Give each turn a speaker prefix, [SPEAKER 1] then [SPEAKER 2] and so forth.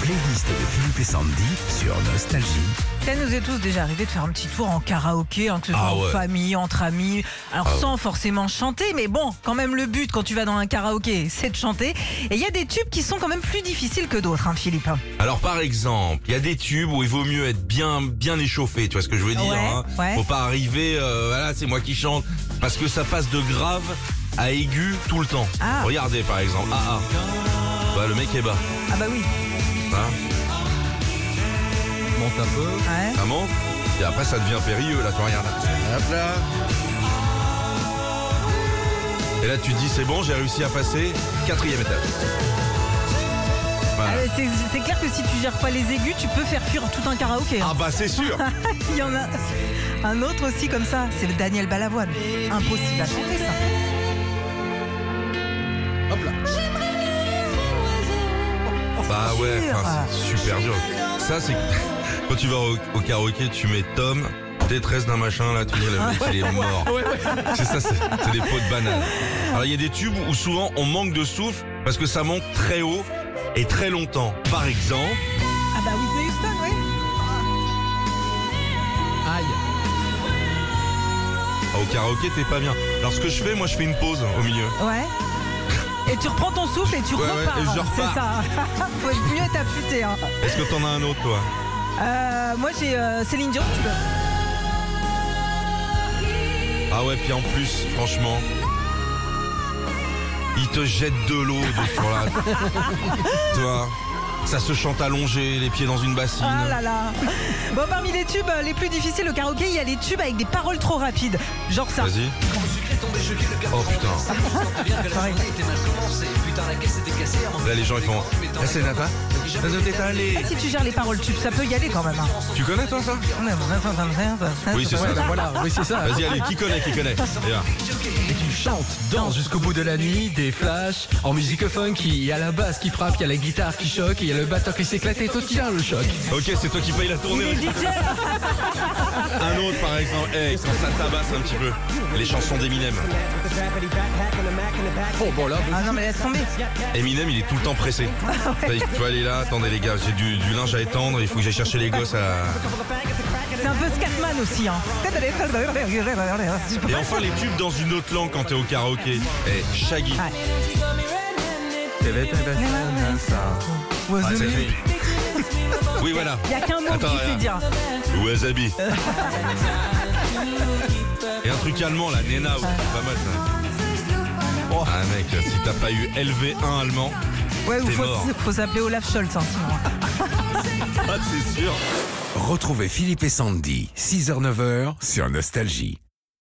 [SPEAKER 1] playlist de Philippe et Sandy sur Nostalgie.
[SPEAKER 2] Ça nous est tous déjà arrivé de faire un petit tour en karaoké, hein, que ce soit
[SPEAKER 1] Ah
[SPEAKER 2] en
[SPEAKER 1] ouais.
[SPEAKER 2] famille, entre amis. Alors
[SPEAKER 3] Ah
[SPEAKER 2] sans forcément chanter, mais bon, quand même le but quand tu vas dans un karaoké, c'est de chanter. Et il y a des tubes qui sont quand même plus difficiles que d'autres, hein, Philippe.
[SPEAKER 3] Alors par exemple, il y a des tubes où il vaut mieux être bien bien échauffé, tu vois ce que je veux dire
[SPEAKER 2] Ouais,
[SPEAKER 3] hein
[SPEAKER 2] ouais.
[SPEAKER 3] Faut pas arriver euh, voilà, c'est moi qui chante parce que ça passe de grave à aigu tout le temps.
[SPEAKER 2] Ah.
[SPEAKER 3] Regardez par exemple. Ah ah. Bah le mec est bas.
[SPEAKER 2] Ah bah oui.
[SPEAKER 3] Hein monte un peu.
[SPEAKER 2] Ouais.
[SPEAKER 3] Ça monte. Et après ça devient périlleux là, tu regardes. Hop là. Et là tu te dis c'est bon, j'ai réussi à passer quatrième étape.
[SPEAKER 2] Ah
[SPEAKER 3] Voilà.
[SPEAKER 2] ouais, Ah, c'est- c'est clair que si tu gères pas les aigus, tu peux faire fuir tout un karaoké. hein.
[SPEAKER 3] Ah bah c'est sûr.
[SPEAKER 2] Il y en a un autre aussi comme ça, c'est le Daniel Balavoine. Impossible à chanter ça.
[SPEAKER 3] Hop là. Bah ouais,
[SPEAKER 2] dur.
[SPEAKER 3] enfin, c'est super dur. Ça, c'est quand tu vas au, au karaoké, tu mets Tom, détresse d'un machin, là, tu dis, le mec, il est mort. C'est ça, c'est c'est des pots de banane. Alors, il y a des tubes où souvent on manque de souffle parce que ça monte très haut et très longtemps. Par exemple,
[SPEAKER 2] Ah bah Whitney Houston, oui.
[SPEAKER 3] au karaoké, t'es pas bien. Alors, ce que je fais, moi, je fais une pause au milieu.
[SPEAKER 2] Ouais. Et tu reprends ton souffle et tu
[SPEAKER 3] Ouais, ouais,
[SPEAKER 2] repars.
[SPEAKER 3] et je
[SPEAKER 2] C'est ça.
[SPEAKER 3] repars.
[SPEAKER 2] Faut être mieux t'affûter. hein.
[SPEAKER 3] Est-ce que t'en as un autre, toi
[SPEAKER 2] Euh, moi j'ai euh, Céline Dion, tu veux.
[SPEAKER 3] Ah ouais, puis en plus, franchement, il te jette de l'eau de sur la. Toi, ça se chante allongé, les pieds dans une bassine.
[SPEAKER 2] Ah là là. Bon, parmi les tubes euh, les plus difficiles au karaoké, il y a les tubes avec des paroles trop rapides. Genre ça.
[SPEAKER 3] Vas-y. Oh putain,
[SPEAKER 2] Pareil.
[SPEAKER 3] là les gens ils font. Ah, c'est Nata Ça doit être allé.
[SPEAKER 2] Si tu gères les paroles tubes, ça peut y aller quand même. hein.
[SPEAKER 3] Tu connais toi ça Oui, c'est ça.
[SPEAKER 4] Ouais, bah voilà, oui, c'est ça.
[SPEAKER 3] Vas-y, allez, qui connaît, qui connaît Et là.
[SPEAKER 4] Et tu chantes, danses jusqu'au bout de la nuit, des flashs, en musique funky, il y a la basse qui frappe, il y a la guitare qui choque, il y a le batteur qui s'éclate et toi tu gères le choc.
[SPEAKER 3] Ok, c'est toi qui paye la tournée. Un autre par exemple, hey, quand ça tabasse un petit peu. Les chansons d'Eminem.
[SPEAKER 4] Bon, Oh, bon là,
[SPEAKER 2] Ah non, mais laisse tomber.
[SPEAKER 3] Eminem, il est tout le temps pressé.
[SPEAKER 2] Ah
[SPEAKER 3] Tu vois, il est là, attendez les gars, j'ai du, du linge à étendre, il faut que j'aille chercher les gosses à...
[SPEAKER 2] C'est un peu Scatman aussi. Hein.
[SPEAKER 3] Ah, Et enfin, les tubes dans une autre langue quand t'es au karaoké. Eh, Shaggy.
[SPEAKER 2] Ouais.
[SPEAKER 3] Ah, c'est lui. oui, voilà.
[SPEAKER 2] Il n'y a qu'un mot
[SPEAKER 3] Attends,
[SPEAKER 2] qui sait
[SPEAKER 3] regarde.
[SPEAKER 2] dire.
[SPEAKER 3] Wasabi. Et un truc allemand, là, Nena, aussi, pas mal. Ça. Ah mec, si t'as pas eu LV1 allemand,
[SPEAKER 2] Ouais, ou
[SPEAKER 3] T'es
[SPEAKER 2] faut,
[SPEAKER 3] mort.
[SPEAKER 2] faut s'appeler Olaf Scholz. hein, sinon.
[SPEAKER 3] ah, c'est sûr.
[SPEAKER 1] Retrouvez Philippe et Sandy, 6h-9h sur Nostalgie.